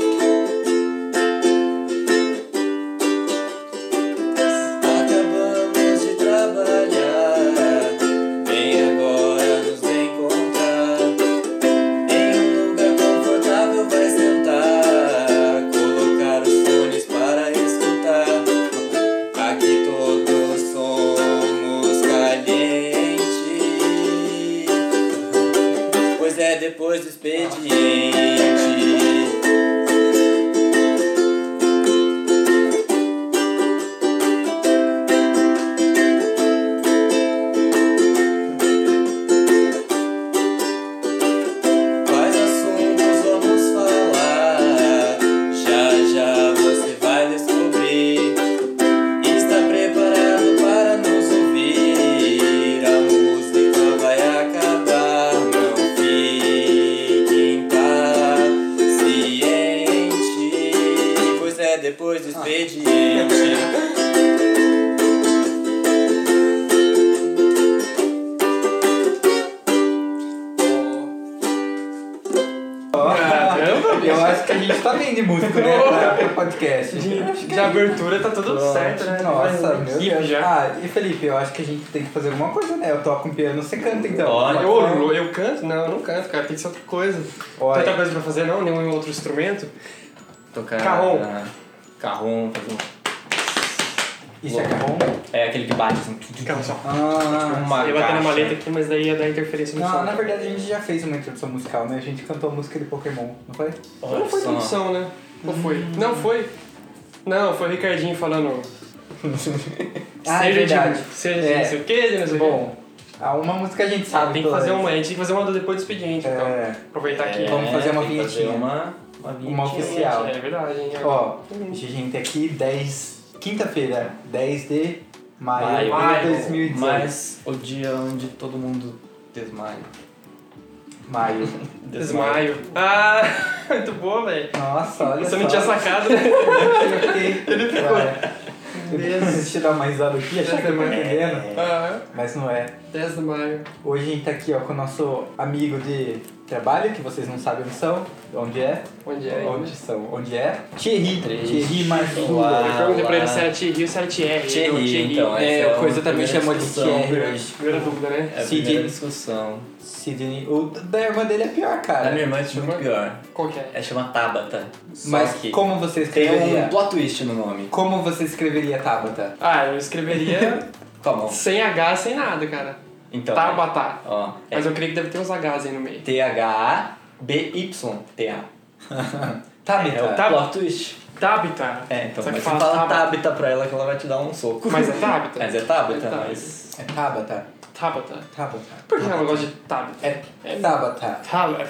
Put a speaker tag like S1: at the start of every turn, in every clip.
S1: Tá um pois é depois do expediente. Quais assuntos vamos falar? Já já você vai descobrir. Está preparado para nos ouvir? A música vai acabar. Não fique impaciente, pois é depois do expediente.
S2: Caramba,
S3: Eu acho que a gente tá bem de música, né? Pra- Pra podcast.
S2: De abertura tá tudo
S3: Pronto.
S2: certo, né?
S3: Nossa,
S2: Vai,
S3: meu
S2: hip
S3: Deus.
S2: já.
S3: Ah, e Felipe, eu acho que a gente tem que fazer alguma coisa, né? Eu toco um piano, você canta então.
S1: Olha,
S2: Eu, eu canto? Não, eu não canto, cara. Tem que ser outra coisa. Tem
S3: Olha.
S2: outra coisa pra fazer, não? Nenhum outro instrumento?
S1: Tocar.
S2: Carrom.
S1: ah, Carrom, fazer um-
S3: Isso é bom?
S1: É aquele que bate assim. tu, tu, tu.
S2: Calma só.
S3: Ah,
S1: Uma
S2: Eu ia bater na
S1: caixa.
S2: maleta aqui, mas daí ia dar interferência no som.
S3: não, na verdade a gente já fez uma introdução musical, né? A gente cantou a música de Pokémon, não foi?
S1: Olha
S2: não foi
S1: só.
S2: condição, né? Ou foi?
S3: Hum.
S2: Não, foi. Não, foi o Ricardinho falando.
S3: Ah, é
S2: seja
S3: verdade.
S2: de, seja de
S3: É.
S2: não sei o que, de não sei o quê.
S3: Bom, há uma música a gente sabe.
S2: Ah, Tem que fazer
S3: pelo
S2: uma, a gente tem que fazer uma do depois do expediente,
S3: menos.
S2: então.
S3: É,
S2: Aproveitar aqui.
S1: É,
S3: Vamos fazer uma
S1: tem que
S3: vinhetinha.
S1: uma, uma vinhetinha.
S3: uma oficial.
S2: É verdade, hein?
S3: Ó, gente, aqui 10. Quinta-feira, 10 de maio,
S2: Maio.
S3: de 2018.
S1: Mas o dia onde todo mundo desmaia.
S3: Maio.
S2: Desmaio. Ah, muito boa, velho.
S3: Nossa, olha
S2: Você
S3: só.
S2: não tinha sacado, né?
S3: Eu fiquei. Ele ficou. Eu preciso tirar mais risada aqui, achar que eu tô entendendo.
S2: Ah,
S3: Mas não é.
S2: 10 de maio.
S3: Hoje a gente tá aqui ó, com o nosso amigo de trabalho, que vocês não sabem onde são, onde é,
S2: Onde é?
S3: onde são, onde é. Thierry,
S1: Três.
S3: Thierry
S1: Uau.
S3: Marçula.
S2: Eu perguntei pra ele
S1: Olá.
S2: se era Thierry ou se era Thierry.
S1: Thierry,
S2: Não,
S1: então, é.
S3: É,
S1: Essa
S3: o Coisa
S1: uma
S3: também
S1: primeira
S3: chamou de
S1: discussão.
S3: Thierry
S2: Primeira,
S3: hoje.
S2: primeira dúvida, né?
S1: É a
S3: Sim,
S1: primeira
S3: de-
S1: discussão.
S3: Sidney. O da irmã dele é pior,
S1: A minha
S3: cara.
S1: irmã se chama muito pior.
S2: Qual que é?
S1: Ela chama Tabata. Só
S3: Mas
S1: que
S3: como você
S1: tem
S3: escreveria?
S1: um plot twist no nome.
S3: Como você escreveria Tabata?
S2: Ah, eu escreveria
S1: Como?
S2: sem H, sem nada, cara.
S1: Tá Então.
S2: Tabata.
S1: Ó, é
S2: Mas eu creio que deve ter uns Hs aí no meio.
S1: T-H-A-B-Y-T-A.
S3: Tabita.
S1: É o
S2: Tab-
S1: plot twist.
S2: Tabita.
S1: É, então.
S2: Só que
S1: Mas
S2: fala
S1: fala
S2: Tabata.
S1: Tabita pra ela que ela vai te dar um soco.
S2: Mas é Tabita?
S1: Mas é Tabita,
S2: É Tabita.
S1: mas.
S3: É Tabata.
S2: Tabata.
S3: Tabata.
S2: Por que ela gosta de Tabita?
S3: É
S2: É-
S3: Tabata.
S2: Tab- é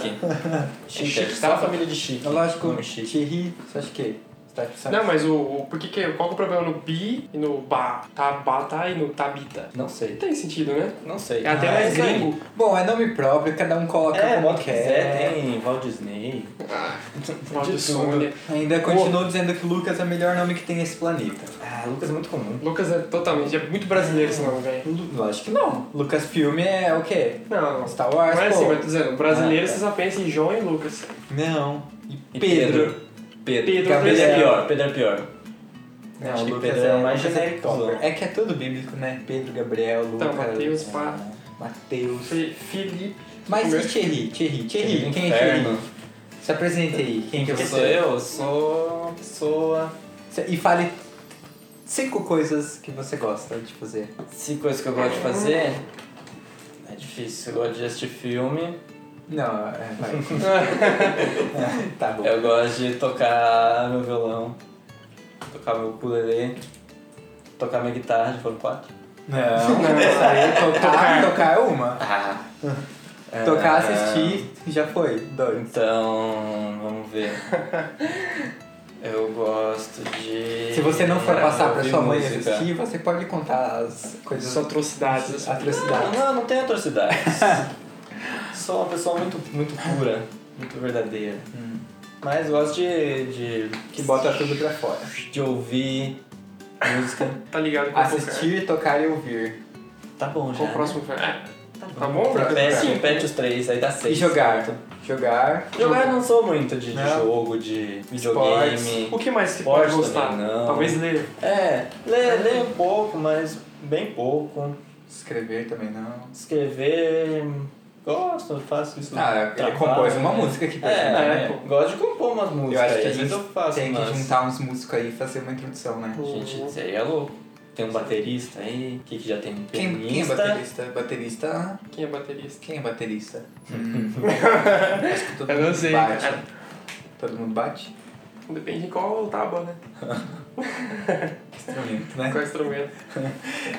S1: Chique.
S2: É chique,
S1: Chique. Só a
S2: Tabata.
S1: família de Chique.
S3: É lógico,
S1: Não, Chique.
S3: Thierry, você acha que? Você tá pensando-
S2: Não, mas o, o por que que qual que é o problema no bi e no ba, tabata e no tabita?
S1: Não sei.
S2: Não tem sentido, né?
S1: Não sei.
S2: É até
S3: Ah,
S2: mais
S3: isso aí.
S2: gringo.
S3: Bom, é nome próprio, cada um coloca
S1: É,
S3: como
S1: bota o que
S3: quer.
S1: quiser, tem Walt Disney.
S2: Modo Sônia.
S3: Ainda continuo dizendo que Lucas é o melhor nome que tem nesse planeta.
S1: Ah, Lucas é muito comum.
S2: Lucas é totalmente, é muito brasileiro esse nome, velho.
S3: Lu- Lógico que não. Lucas Filme é o quê?
S2: Não, não
S3: Star Wars,
S2: é
S3: tá. pô.
S2: assim, mas tô dizendo, brasileiro
S1: Ah, tá.
S2: você só pensa em João e Lucas.
S3: Não. E
S1: E
S3: Pedro.
S1: Pedro.
S2: Pedro
S1: Pedro é
S2: Gabriel.
S1: pior, Pedro é pior.
S3: Não,
S1: Acho que
S3: Lucas
S1: Pedro é o mais
S3: Lucas
S1: genérico. Tá,
S3: top. É que é tudo bíblico, né? Pedro, Gabriel, Lucas...
S2: Então, Mateus,
S3: é,
S2: pá.
S3: Mateus...
S2: Fe- Felipe.
S3: Mas
S2: Meu-
S3: e Thierry? Thierry, Thierry,
S1: Thierry
S3: quem é
S1: Inferno.
S3: Thierry? Se apresente aí, quem que é
S1: Eu sou
S3: você?
S1: eu, sou uma pessoa.
S3: E fale cinco coisas que você gosta de fazer.
S1: Cinco coisas que eu gosto de fazer. É difícil, eu gosto de assistir filme,
S3: Não, é, vai. É, tá bom.
S1: eu gosto de tocar meu violão, tocar meu ukulele, tocar minha guitarra de foram quatro.
S3: Não, não, isso aí, tocar, tocar é uma.
S1: Ah. É,
S3: Tocar, assistir, já foi. Dois.
S1: Então, vamos ver. Eu gosto de.
S3: Se você não for passar pra
S1: ouvir
S3: sua mãe
S1: É, música.
S3: assistir, você pode contar as coisas,
S2: Essas atrocidades. assim.
S1: Não,
S3: atrocidades.
S1: não, não tem atrocidades. Sou uma pessoa muito, muito pura, muito verdadeira.
S3: Hum.
S1: Mas gosto de, de,
S3: Que bota tudo pra fora.
S1: de ouvir música.
S2: Tá ligado com o
S3: Assistir, tocar e ouvir.
S1: Tá bom, já.
S2: Qual o
S1: né?
S2: próximo filme? É,
S1: Tá bom,
S2: tá bom, Bruno?
S1: repete,
S2: Sim.
S1: repete os três, aí dá
S3: E
S1: seis.
S3: jogar. Jogar.
S1: Jogar eu não sou muito de, de
S3: Não.
S1: jogo, de videogame.
S2: o que mais que
S1: Esporte
S2: pode gostar?
S1: também não.
S2: Talvez ler.
S1: É, ler, ler um pouco, mas bem pouco.
S3: Escrever também não.
S1: Escrever. Gosto, faço isso. no
S3: Ah, ele
S1: trabalho.
S3: compôs uma música aqui pra gente,
S1: Tá. É,
S3: né?
S1: é, pô, gosto de compor umas músicas.
S3: Eu acho que a
S1: às vezes
S3: gente
S1: eu faço
S3: Tem que
S1: umas.
S3: juntar uns músicos aí e fazer uma introdução, né?
S1: Gente, isso aí é louco. Tem um baterista aí, o que, que já tem um
S3: Quem,
S1: pianista.
S3: quem é baterista? Baterista.
S2: Quem é baterista?
S3: Quem é baterista? Acho que todo
S2: Hum. Eu não
S3: mundo
S2: sei,
S3: bate.
S2: cara.
S3: Todo mundo bate?
S2: Depende de qual tábua, né?
S3: Instrumento, né?
S2: Qual instrumento.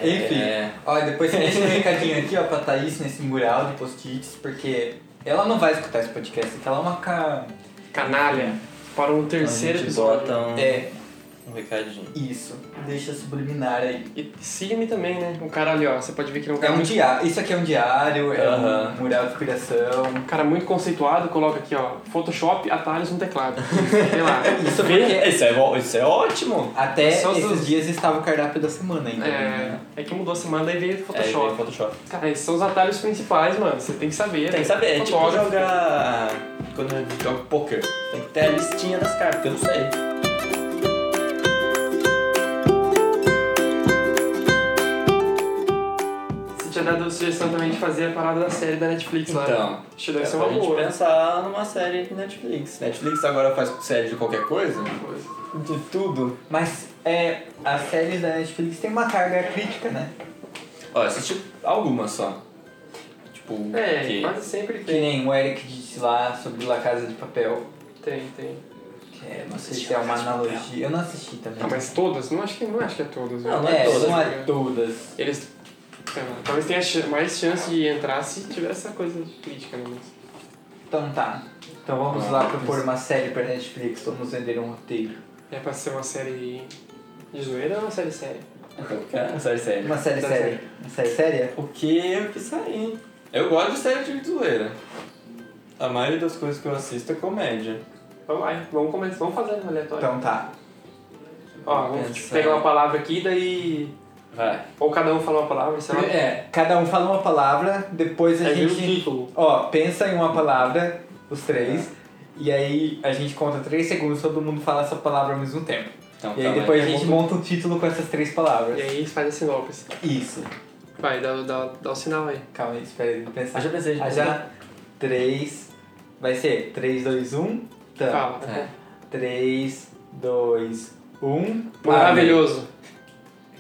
S3: Enfim.
S1: É,
S3: Olha, depois você deixa um recadinho aqui, ó, pra Thaís nesse mural de post-its, porque ela não vai escutar esse podcast, que ela é uma ca...
S2: Canalha. Para um terceiro
S1: a gente
S2: episódio.
S1: bota um,
S3: É,
S1: um recadinho.
S3: isso. Deixa subliminar aí.
S2: E siga-me também, né? O cara ali, ó. Você pode ver que ele é um
S3: É
S2: cara
S3: um
S2: muito
S3: diário, isso aqui é um diário, é
S1: Aham.
S3: um mural de inspiração.
S2: Um cara muito conceituado coloca aqui, ó, Photoshop, atalhos no teclado. Sei lá.
S3: Isso
S2: Vê-
S3: porque
S1: Isso é, bom, isso é ótimo!
S3: até
S2: Só os-
S3: esses dias estava o cardápio da semana ainda.
S2: É, é que mudou a semana e veio
S1: É, vem
S2: Photoshop.
S1: Photoshop.
S2: Cara, esses são os atalhos principais, mano. Você tem que saber.
S1: Tem
S2: né?
S1: que saber, é tipo
S2: Fotógrafo.
S1: jogar. Quando eu jogo poker, tem que ter a listinha das cartas, eu não sei.
S2: Você tinha dado a sugestão também de fazer a parada da série da Netflix lá.
S1: Então,
S2: Acho que
S1: é
S2: deve ser
S1: pra
S2: uma
S1: gente
S2: boa.
S1: pensar numa série de Netflix. Netflix agora faz série de qualquer coisa? De tudo.
S3: Mas é, as séries da Netflix tem uma carga crítica, né?
S1: Ó, eu assisti algumas só. Tipo,
S2: É,
S1: que-
S2: quase sempre
S3: Que
S2: tem.
S3: nem o Eric disse lá sobre La Casa de Papel.
S2: Tem, tem.
S3: Que é, não sei se é uma analogia. Eu não assisti também.
S2: Ah, mas todas? Não acho que, não acho que é todas.
S1: Não,
S2: né?
S1: não
S3: é,
S1: todas,
S3: não é todas.
S2: Eles. sei lá, talvez tenha ch- mais chance de entrar se tiver essa coisa de crítica, né? mas-
S3: Então tá. Então vamos lá propor uma série pra Netflix. Vamos vender um roteiro.
S2: É pra ser uma série de zoeira ou uma série séria?
S1: Cara, série, série.
S3: Uma série
S2: Tá
S3: séria. Uma série séria?
S1: O que eu quis sair. Eu gosto de série de zoeira. A maioria das coisas que eu assisto é comédia.
S2: Vamos lá, hein? vamos começar, vamos fazer um aleatório.
S3: Então tá.
S1: Então, é
S2: Ó, vamos
S1: Pensar.
S2: pegar uma palavra aqui, daí.
S1: Vai.
S2: Ou cada um fala uma palavra, sei lá.
S3: É, cada um fala uma palavra, depois a
S2: É meio
S3: gente.
S2: ridículo.
S3: Ó, pensa em uma palavra, os três. E aí a gente conta três segundos, todo mundo fala essa palavra ao mesmo tempo.
S1: Então,
S3: E
S1: calma
S3: aí
S1: aí.
S3: depois a gente
S2: Vamos-
S3: monta um título com essas três
S2: E
S3: palavras.
S2: aí faz a sinopse.
S3: Isso.
S2: Vai, dá, dá, dá o sinal aí.
S3: Calma aí, espera aí, vou
S1: Ah,
S3: pensar.
S1: já pensei, já
S3: Ah,
S1: pensei.
S3: já. 3. Vai ser 3, 2, 1. Tá.
S2: Fala.
S1: É.
S3: 3, 2, 1.
S2: Maravilhoso.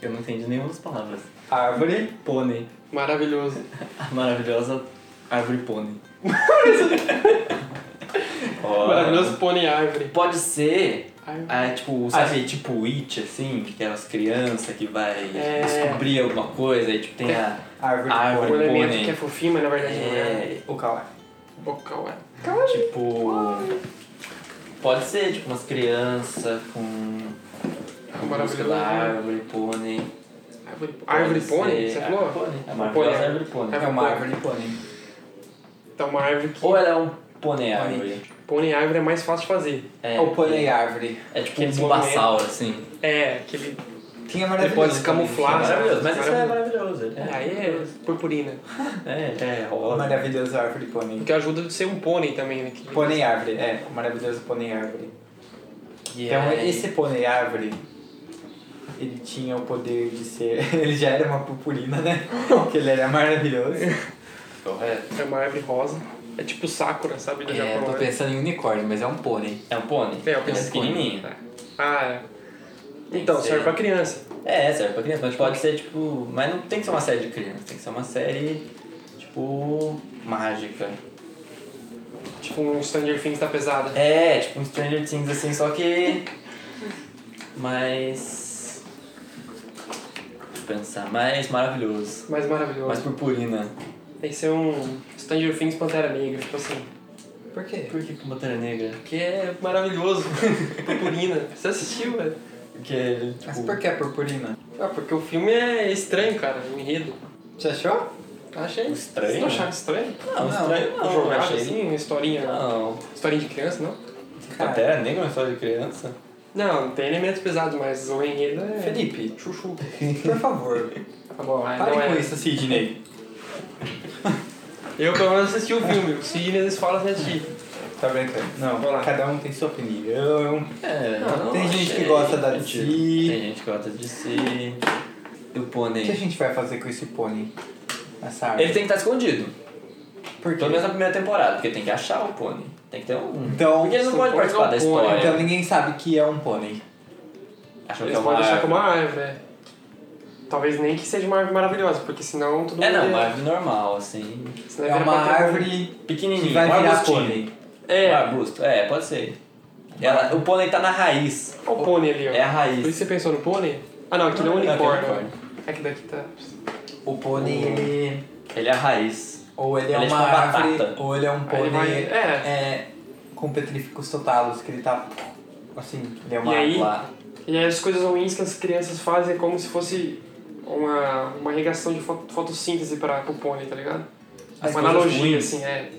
S1: Eu não entendi nenhuma das palavras.
S3: Árvore.
S1: Pônei.
S2: Maravilhoso.
S1: A maravilhosa árvore pônei. Ó,
S2: Maravilhoso pônei árvore.
S1: Pode ser,
S2: Árvore.
S1: ah, tipo, sabe, tipo It, assim, que tem as crianças que vai
S2: É.
S1: descobrir alguma coisa, e tipo, tem a
S3: Árvore.
S1: árvore
S2: Um elemento
S1: pônei.
S2: que é fofinho, mas na verdade não é.
S1: É,
S3: O calá.
S2: Vocal, é.
S1: tipo... Pode ser, tipo, umas crianças com... com música
S2: Maravilhoso,
S1: da
S2: né?
S1: árvore, pônei.
S2: Árvore, árvore
S1: Pode
S2: pônei?
S1: ser
S2: Você falou?
S1: árvore pônei. É
S2: Um
S1: maravilhosa
S2: pônei.
S1: árvore pônei.
S3: É uma árvore pônei.
S2: Então uma árvore que.
S1: Ou ela é um pônei árvore.
S2: Pônei árvore é mais fácil de fazer.
S1: É,
S3: É o pônei árvore.
S1: É tipo
S2: Aquele
S1: um basal, assim.
S2: É, aquele.
S3: Quem é
S2: Ele
S3: maravilhoso?
S2: pode se
S3: também.
S1: É
S2: camuflar.
S1: maravilhoso, mas isso é
S2: Maravilhoso.
S1: maravilhoso. ele
S2: É, aí é purpurina.
S1: É, é, é rosa.
S3: Maravilhoso árvore pônei.
S2: Porque ajuda a ser um pônei também, né? que-
S3: Pônei árvore, é. Maravilhoso pônei árvore.
S1: E
S3: Então
S1: aí-
S3: esse pônei árvore. Ele tinha o poder de ser. Ele já era uma purpurina, né? Porque ele era maravilhoso.
S1: Correto.
S2: É uma árvore rosa. É tipo Sakura, sabe? Do
S3: É, eu
S2: Japão.
S3: tô
S2: né?
S3: pensando em unicórnio, mas é um pônei.
S1: É um pônei.
S2: É, eu penso
S1: é pequenininho.
S2: É. Ah, é. Então,
S1: Tem que
S2: serve
S1: ser.
S2: pra criança.
S1: É, serve pra criança, mas pode ser tipo. Mas não tem que ser uma série de criança, tem que ser uma série tipo. mágica.
S2: Tipo um Stranger Things da pesada.
S1: É, tipo um Stranger Things assim, só que. Mais. Deixa eu pensar, mais maravilhoso.
S2: Mais maravilhoso.
S1: Mais purpurina.
S2: Tem que ser um Stranger Things Pantera Negra, tipo assim.
S3: Por quê?
S1: Por que com Pantera Negra?
S2: Porque é maravilhoso. Purpurina. Você assistiu, velho.
S1: Porque ele.
S3: Mas
S1: Tipo,
S3: por que a purpurina?
S2: Ah, porque o filme é estranho, cara. O enredo.
S3: Você achou?
S2: Achei.
S1: Estranho?
S2: Vocês não acharam estranho?
S1: Não,
S3: Não,
S1: estranho não. eu
S2: Jogado
S1: achei-
S2: assim, uma historinha.
S1: Não.
S2: Historinha de criança, não?
S1: Pantera Negra é uma história de criança?
S2: Não, tem elementos pesados, mas o enredo é.
S3: Felipe,
S2: Chuchu.
S3: por favor,
S2: Tá bom, vai,
S3: pare
S2: não
S3: com
S2: é.
S3: isso, Sidney.
S2: Eu pelo menos assisti o filme, o Sidney eles falam é assistir.
S3: Tá brincando? Não,
S2: Vamos lá.
S3: cada um tem sua opinião.
S1: É,
S3: Não,
S1: eu
S3: tem gente
S1: achei
S3: que gosta da
S1: divertido.
S3: DC.
S1: Tem gente que gosta de si. Do
S3: O que a
S1: pônei.
S3: gente vai fazer com esse pônei? Essa árvore?
S1: Ele tem que estar escondido.
S3: Por quê?
S1: Pelo menos na primeira temporada, porque tem que achar o pônei. Tem que ter um.
S3: Então,
S1: Porque eles não podem
S2: pode
S1: participar da
S2: dar um pônei,
S1: história.
S3: então ninguém sabe que é um pônei.
S1: Acham que é
S2: Eles
S1: uma
S2: podem deixar
S1: árvore.
S2: como uma árvore. é. Talvez nem que seja uma árvore maravilhosa, porque senão todo mundo.
S1: É, não,
S2: ia-
S1: uma árvore normal, assim.
S2: senão ia
S3: É
S2: virar um.
S3: uma
S2: patrimônio.
S3: árvore que
S1: Pequenininha,
S3: vai
S1: um
S3: virar
S1: arbustinho.
S3: pônei.
S1: É. Um
S2: É,
S1: arbusto, é, pode ser. Ela, o pônei tá na raiz.
S2: olha o pônei ali, ó.
S1: É a
S2: Por
S1: raiz.
S2: isso você pensou no pônei? Ah, não, aqui não é
S1: Não, aqui é
S2: unicórnio.
S1: unicórnio.
S2: É que daqui tá.
S3: O pônei, ele.
S1: Ele é a raiz.
S3: Ou ele
S1: Ele
S3: é
S1: é
S3: uma
S1: tipo uma
S3: árvore,
S1: batata.
S3: ou ele é um
S2: Aí ele vai.
S3: pônei
S2: É.
S3: é, com petrificus totalus, que ele tá. Assim, ele é uma
S2: E aí?
S3: água.
S2: E aí as coisas ruins que as crianças fazem é como se fosse uma, uma irrigação de foto- fotossíntese para o pônei, tá ligado?
S1: As
S2: uma
S1: coisas
S2: analogia,
S1: ruins.
S2: assim, é.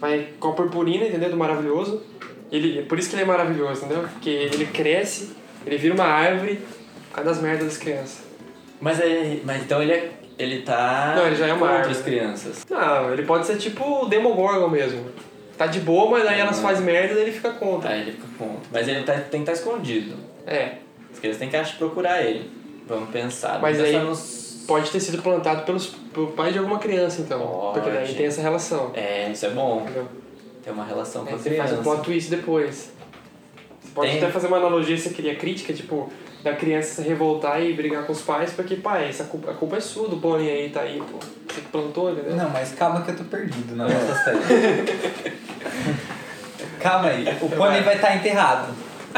S2: Vai com a purpurina, entendeu? Do maravilhoso. Ele, por isso que ele é maravilhoso, entendeu? Porque ele cresce, ele vira uma árvore por causa das merdas das crianças.
S1: Mas, é, mas então ele é. Ele tá.
S2: Não, ele já é uma
S1: com outras
S2: árvore.
S1: crianças.
S2: Não, ele pode ser tipo o Demogorgon mesmo. Tá de boa, mas aí elas
S1: Uhum.
S2: fazem merda e ele fica contra.
S1: Tá, ele fica com. Mas ele tá, tem que estar escondido.
S2: É,
S1: As crianças têm que ach- procurar ele. Vamos pensar. tá
S2: Mas
S1: Vamos
S2: aí-
S1: pensar nos-
S2: pode ter sido plantado pelos, pelo pai de alguma criança, então. Porque daí
S1: Pode.
S2: tem essa relação.
S1: É, isso é bom.
S2: Entendeu?
S1: Tem uma relação com
S2: Aí
S1: a
S2: você faz
S1: É criança.
S2: um plot twist depois. Você pode
S1: Tem.
S2: até fazer uma analogia, você queria crítica, tipo, da criança se revoltar e brigar com os pais, porque, pai, essa culpa, a culpa é sua do pônei aí, tá aí, pô. Você que plantou, entendeu?
S3: Não, mas calma que eu tô perdido na nossa
S2: É.
S3: série. calma aí, o pônei vai estar enterrado.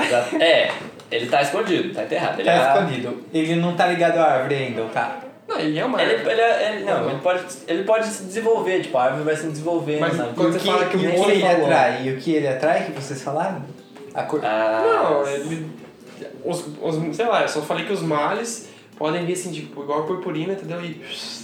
S1: Exato. É, ele tá escondido, tá enterrado. Ele, é-
S3: Tá escondido. Ele não tá ligado à árvore ainda, tá? o cara.
S2: Não, ele é uma
S1: ele,
S2: árvore.
S1: ele, ele- não, ele pode, ele pode se desenvolver, tipo, a árvore vai se desenvolvendo.
S2: Mas
S1: sabe?
S2: quando
S3: E
S2: você
S3: o que,
S2: fala que o
S3: e o que
S2: pônei
S3: ele
S2: falou.
S3: atrai? E o que ele atrai que vocês falaram? A cor...
S1: Ah,
S2: Não, ele... Os, os, sei lá, eu só falei que os males podem vir, assim, tipo, igual a purpurina, entendeu? E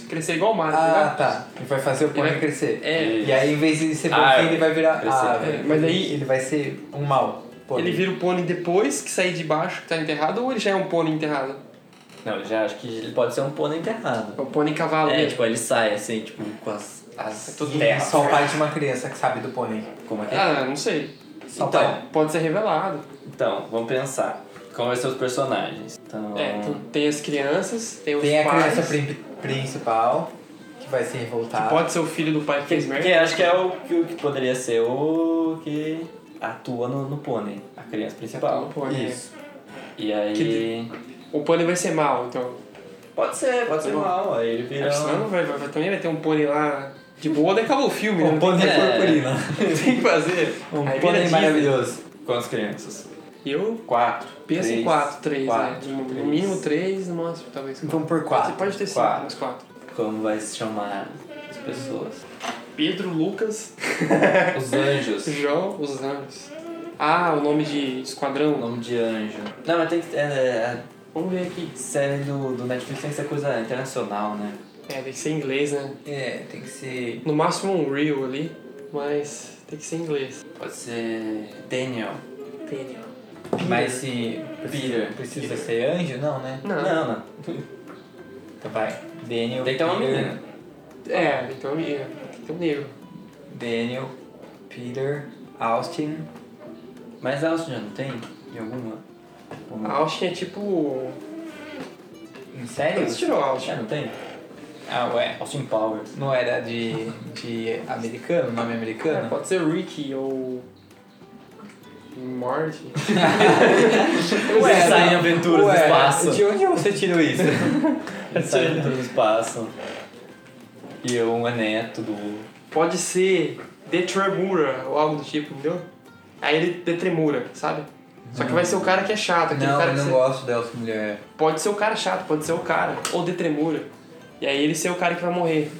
S2: crescer igual malha,
S3: Ah,
S2: entendeu?
S3: tá. Ele vai fazer o
S2: Ele
S3: pônei
S2: vai-
S3: crescer.
S2: É,
S1: Isso.
S3: E aí, em vez de ser
S1: Ah,
S3: bom, ele vai virar
S1: crescer.
S3: árvore.
S2: É, mas aí-
S3: Ele vai ser um mal. pônei.
S2: ele vira o pônei depois que sair de baixo, que tá enterrado, ou ele já é um pônei enterrado?
S1: Não, ele já acho que ele pode ser um pônei enterrado.
S2: É o pônei cavalo
S1: É,
S2: mesmo.
S1: tipo, ele sai assim, tipo, com as, as
S2: É tudo
S3: E
S1: terras.
S3: só o pai de uma criança que sabe do pônei.
S1: Como é que é?
S2: Ah, não sei.
S3: Só
S1: Então.
S3: pai.
S2: Pode ser revelado.
S1: Então, vamos pensar. Como vai ser os personagens? Então,
S2: É, então tem as crianças, tem os
S3: Ah. Tem a
S2: pais.
S3: criança prim- principal, que vai se revoltar.
S2: Pode ser o filho do pai que fez merda.
S1: Porque acho que é o que, o que poderia ser o que atua no, no pônei, a criança principal.
S2: Atua no pônei.
S1: Isso. E aí.
S2: Que- né?" O pônei vai ser mal, então.
S1: Pode ser, pode ser
S2: Não.
S1: mal. Aí ele vira.
S2: Acho que Senão
S1: um-
S2: vai, vai, também vai ter um pônei lá de boa, daí acabou o filme.
S3: Um
S2: né?
S3: pônei
S1: É.
S3: purpurina.
S2: Tem que fazer.
S3: Um
S2: Aí vira
S3: pônei
S2: Disney.
S3: maravilhoso.
S1: um- Quantas crianças?
S2: Eu
S1: Quatro.
S2: penso em
S1: três,
S2: quatro, três,
S1: quatro,
S2: né? No
S1: três.
S2: mínimo três, no máximo talvez quatro.
S3: Então, por
S2: Pode,
S3: quatro.
S2: pode ter cinco,
S1: Quatro.
S2: mas quatro.
S1: Como vai se chamar as pessoas?
S2: Pedro, Lucas,
S1: Os anjos.
S2: João, os anjos. Ah, o nome de
S1: O
S2: esquadrão.
S1: nome de anjo. Não, mas tem que. É, é,
S2: Vamos ver aqui.
S1: a série do, do Netflix tem que ser coisa internacional, né?
S2: É, tem que ser em inglês, né?
S3: É, tem que ser.
S2: No máximo um real ali, mas tem que ser em inglês.
S1: Pode ser. Daniel.
S2: Daniel.
S3: Mas se.
S1: Peter.
S3: Precisa ser anjo? Não, né?
S2: Não.
S1: Não, não.
S3: Então vai. Daniel.
S1: Tem que ter uma
S3: Peter,
S1: menina.
S2: É, então amiga. Então negro.
S3: Daniel, Peter, Austin.
S1: Mas Austin já não tem? Em alguma? Ou não?
S2: A Austin é tipo.
S3: Em sério?
S2: Quantos tirou a Austin?
S1: Já É, não tem?
S3: Ah, ué.
S1: Austin Powers.
S3: Não era de, de americano, nome
S2: É,
S3: americano?
S2: pode ser Ricky ou. Marty.
S1: Ué, saem em aventuras
S3: é, né? ué,
S1: do espaço.
S3: De onde você tirou isso?
S1: Eles saem em aventuras do espaço. E um é neto do.
S2: Pode ser The Tremura ou algo do tipo, entendeu? Aí ele The Tremura, sabe? Só que vai ser o cara que é chato, aquele
S3: não,
S2: cara
S3: eu
S2: que
S3: não
S2: você-
S3: gosto dela como mulher.
S2: Pode ser o cara chato, pode ser o cara, ou de tremura. E aí ele ser o cara que vai morrer.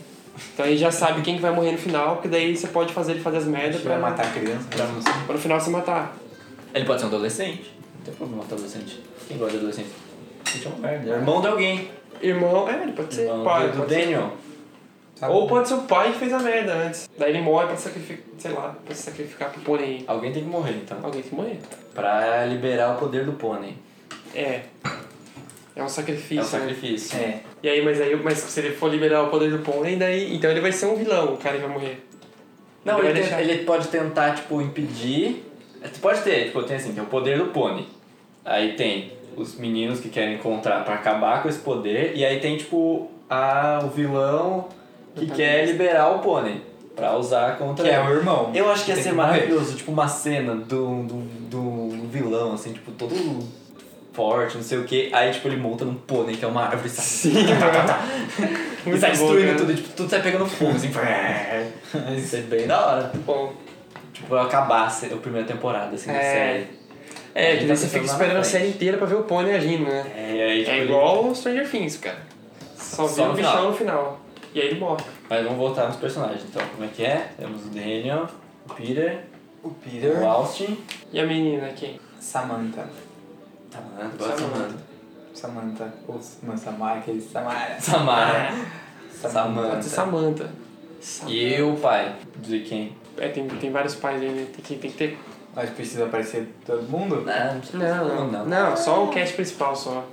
S2: Então ele já sabe quem que vai morrer no final, porque daí você pode fazer ele fazer as merdas
S3: Vai
S2: pra,
S3: matar a criança.
S2: pra no final se matar.
S1: Ele pode ser um adolescente. Não tem problema matar adolescente. Quem gosta de adolescente? Gente, é uma merda. É Irmão de alguém.
S2: Irmão, é, ele pode ser
S1: Irmão
S2: pai.
S1: do, do
S2: pode ser-
S1: Daniel.
S3: Tá
S2: Ou
S3: bom.
S2: pode ser o pai que fez a merda antes. Daí ele morre pra sacrificar, sei lá, pra se sacrificar pro pônei.
S1: Alguém tem que morrer, então.
S2: Alguém que morrer.
S1: Pra liberar o poder do pônei.
S2: É. É um sacrifício.
S1: é um
S2: né?
S1: sacrifício.
S3: É.
S2: E aí, mas aí, mas se ele for liberar o poder do pônei, daí. Então ele vai ser um vilão, o cara que vai morrer.
S1: Não,
S2: Ele
S1: ele,
S2: vai
S1: tenta-
S2: deixar.
S1: ele pode tentar, tipo, impedir. Você pode ter, tipo, tem assim, tem o poder do pônei. Aí tem os meninos que querem encontrar pra acabar com esse poder. E aí tem, tipo, a, o vilão que
S2: Protagonista.
S1: quer liberar o pônei pra usar contra
S3: Que é
S1: ele.
S3: o irmão.
S1: Eu acho que ia
S3: Tem
S1: ser
S3: que morrer.
S1: maravilhoso, tipo, uma cena do, do, do vilão, assim, tipo, todo forte, não sei o que. Aí, tipo, ele monta num pônei, que é uma árvore, sabe?
S2: Sim,
S1: E sai
S2: Muito bom,
S1: destruindo
S2: cara.
S1: tudo, tipo, tudo sai pegando fogo, assim. Isso é bem da hora.
S2: Bom,
S1: Tipo, vai acabar a se- a primeira temporada, assim, da
S2: É.
S1: série.
S2: é, que
S1: Tá
S2: daí você
S1: pensando
S2: fica
S1: lá na
S2: esperando a
S1: frente.
S2: série inteira pra ver o pônei agindo, né?
S1: É, e aí, tipo,
S2: É
S1: ele-
S2: igual o Stranger Things, cara.
S1: Só
S2: Só vira
S1: no
S2: o
S1: final.
S2: bichão no final. E aí ele morre.
S1: Mas vamos voltar nos personagens, então. Como é que é? Temos o Daniel, o Peter,
S3: O Peter.
S1: o Austin.
S2: E a menina aqui?
S3: Samantha.
S1: Samantha,
S2: gosto de
S1: Samantha.
S3: Samantha. Ou Sam- Samara, aquele Samara.
S2: É.
S1: Samara. Samantha.
S2: Pode ser Samantha.
S1: E o pai. Dizer quem?
S2: É, tem, tem vários pais aí, né? Tem que, tem que ter.
S3: Mas precisa aparecer todo mundo?
S1: Não, não precisa falar o
S2: Não,
S1: nome,
S2: não. Ah. Não, só o cast principal só.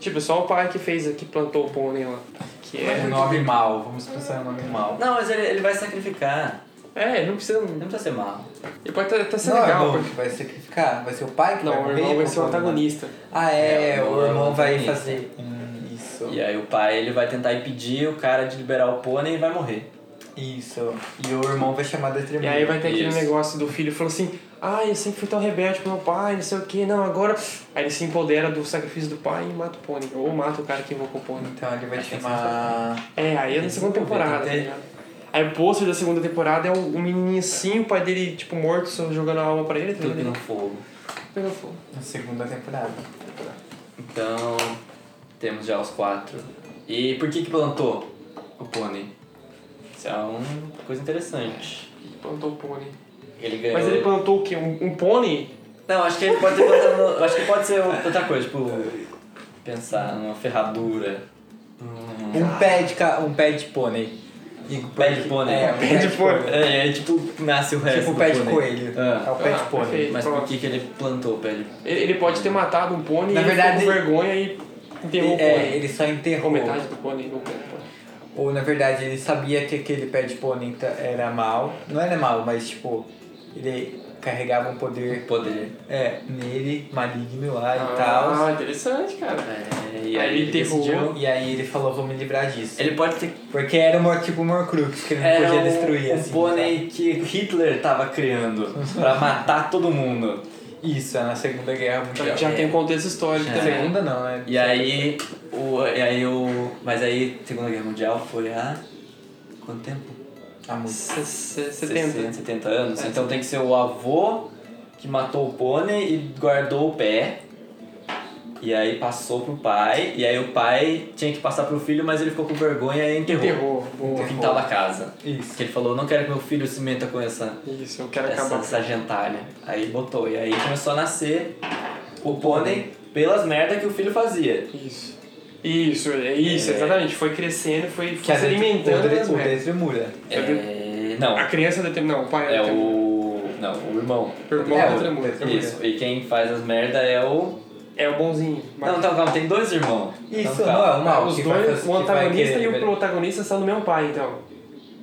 S2: Tipo, só o pai que fez, que plantou o pônei lá. Que
S3: É um
S2: é.
S3: nome mal. Vamos pensar em um nome mal.
S1: Não, mas ele, ele vai sacrificar.
S2: É, ele não precisa.
S1: Ele não precisa ser mal.
S2: Ele pode até, até ser
S3: não,
S2: legal.
S3: é o
S2: porque-
S3: que vai sacrificar? Vai ser o pai que vai
S2: Não, o
S3: morrer?
S2: irmão vai ser o
S3: Ou-
S2: antagonista.
S3: Ah, é.
S1: É,
S3: o
S1: o
S3: irmão vai
S1: antagonista.
S3: fazer... Hum, isso.
S1: E aí o pai ele vai tentar impedir o cara de liberar o pônei e vai morrer.
S3: Isso. E o irmão vai chamar da
S2: E
S3: tremenda.
S2: aí vai ter aquele
S1: Isso.
S2: negócio do filho falando assim, ah, eu sempre fui tão rebelde com meu pai, não sei o que, não, agora. Aí ele se empodera do sacrifício do pai e mata o pônei. Ou mata o cara que invocou o pônei.
S3: Então ele vai
S1: Acho que
S3: chamar...
S2: É, aí é na
S3: Eles
S2: segunda
S3: vão ver,
S2: temporada, tá
S3: tem-
S2: ligado? Aí o pôster da segunda temporada é o um menininho assim, o pai dele, tipo, morto, só jogando a alma pra ele, tá
S1: Tudo
S2: ligado?
S1: no fogo.
S2: Pegou fogo.
S3: Na segunda temporada.
S1: Então, temos já os quatro. E por que que plantou o pônei? Isso é uma coisa interessante.
S2: Ele plantou o pônei.
S1: Ele ganhou...
S2: Mas ele plantou o quê? Um, um pônei?
S1: Não, acho que ele pode ter plantado... acho que pode ser outra coisa, tipo... Pensar numa ferradura. Hum.
S3: Um pé de, ca... um pé de pônei. E o
S1: Pé de pônei.
S3: É, um
S2: Pé de pônei.
S1: É, é tipo, nasce o resto
S3: Tipo o
S1: do
S3: pé de
S1: pônei.
S3: coelho.
S1: Ah.
S3: É o pé
S2: Ah,
S3: de pônei.
S2: perfeito.
S1: Mas por que que ele plantou o pé de...
S2: Ele, ele pode ter matado um pônei
S3: Na
S2: e ele ficou
S3: verdade,
S2: com vergonha e enterrou o
S3: Ele- é,
S2: pônei.
S3: ele só
S2: Ou
S3: enterrou.
S2: metade do pônei, não lembro.
S3: Ou na verdade ele sabia que aquele pé de pônei ta- era mal. Não era mal, mas tipo, ele carregava um poder
S1: Poder.
S3: é, nele, maligno lá e tal.
S2: Ah, interessante, cara.
S1: É, e
S2: Aí
S1: aí
S2: ele
S1: ele
S2: enterrou.
S1: decidiu...
S3: E aí ele falou, vou me livrar disso.
S1: Ele pode ter
S3: Porque era uma, tipo um Horcrux que ele não
S1: Era
S3: podia
S1: um-
S3: destruir.
S1: um
S3: assim,
S1: pônei que Hitler tava criando pra matar todo mundo.
S3: sabe? Isso, é na Segunda Guerra Mundial.
S2: Já tem um contexto histórico
S1: Já.
S2: também.
S3: É. Segunda não, né?
S1: E aí, o, e aí o, mas aí Segunda Guerra Mundial foi há quanto tempo?
S3: A música.
S2: Se- se- 70.
S1: 60, 70 anos. Então tem que ser o avô que matou o pônei e guardou o pé. E aí passou pro pai, e aí o pai tinha que passar pro filho, mas ele ficou com vergonha e enterrou.
S2: Enterrou. Boa.
S1: No quintal da casa.
S3: Isso.
S1: Porque ele falou, não quero que meu filho se meta com essa
S2: Isso, eu quero
S1: essa,
S2: acabar.
S1: essa gentalha. Aí botou. E aí começou a nascer o pônei pelas merdas que o filho fazia.
S2: Isso. Isso, é isso,
S1: É.
S2: exatamente. Foi crescendo, foi,
S3: Que
S2: foi
S3: a
S2: se alimentando. das
S3: o
S2: merdas.
S3: Detrimura.
S1: É... Não,
S2: A criança determina. Não, o pai
S1: é
S2: determina.
S1: o... Não, o irmão.
S2: O irmão
S3: É,
S2: é,
S3: o-
S2: determina.
S1: Isso. E quem faz as merdas é o...
S2: É o bonzinho. mas-
S1: Não, tá, calma. Tem dois irmãos.
S3: Isso,
S1: Então,
S3: não
S1: calma.
S3: é o mal.
S2: os
S3: que vai
S2: dois, o
S3: fazer- que vai
S2: antagonista
S3: querer
S2: e o
S3: liberar.
S2: protagonista são do mesmo pai, então.